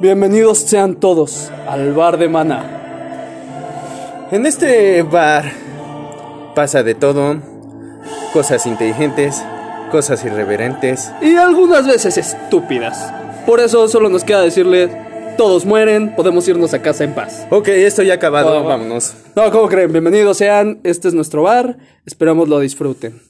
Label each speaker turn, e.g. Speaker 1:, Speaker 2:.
Speaker 1: Bienvenidos sean todos al bar de Mana.
Speaker 2: En este bar pasa de todo, cosas inteligentes, cosas irreverentes.
Speaker 1: Y algunas veces estúpidas. Por eso solo nos queda decirles, todos mueren, podemos irnos a casa en paz.
Speaker 2: Ok, esto ya acabado,
Speaker 1: Ah, va.
Speaker 2: vámonos.
Speaker 1: No, ¿cómo creen? Bienvenidos sean, este es nuestro bar, esperamos lo disfruten.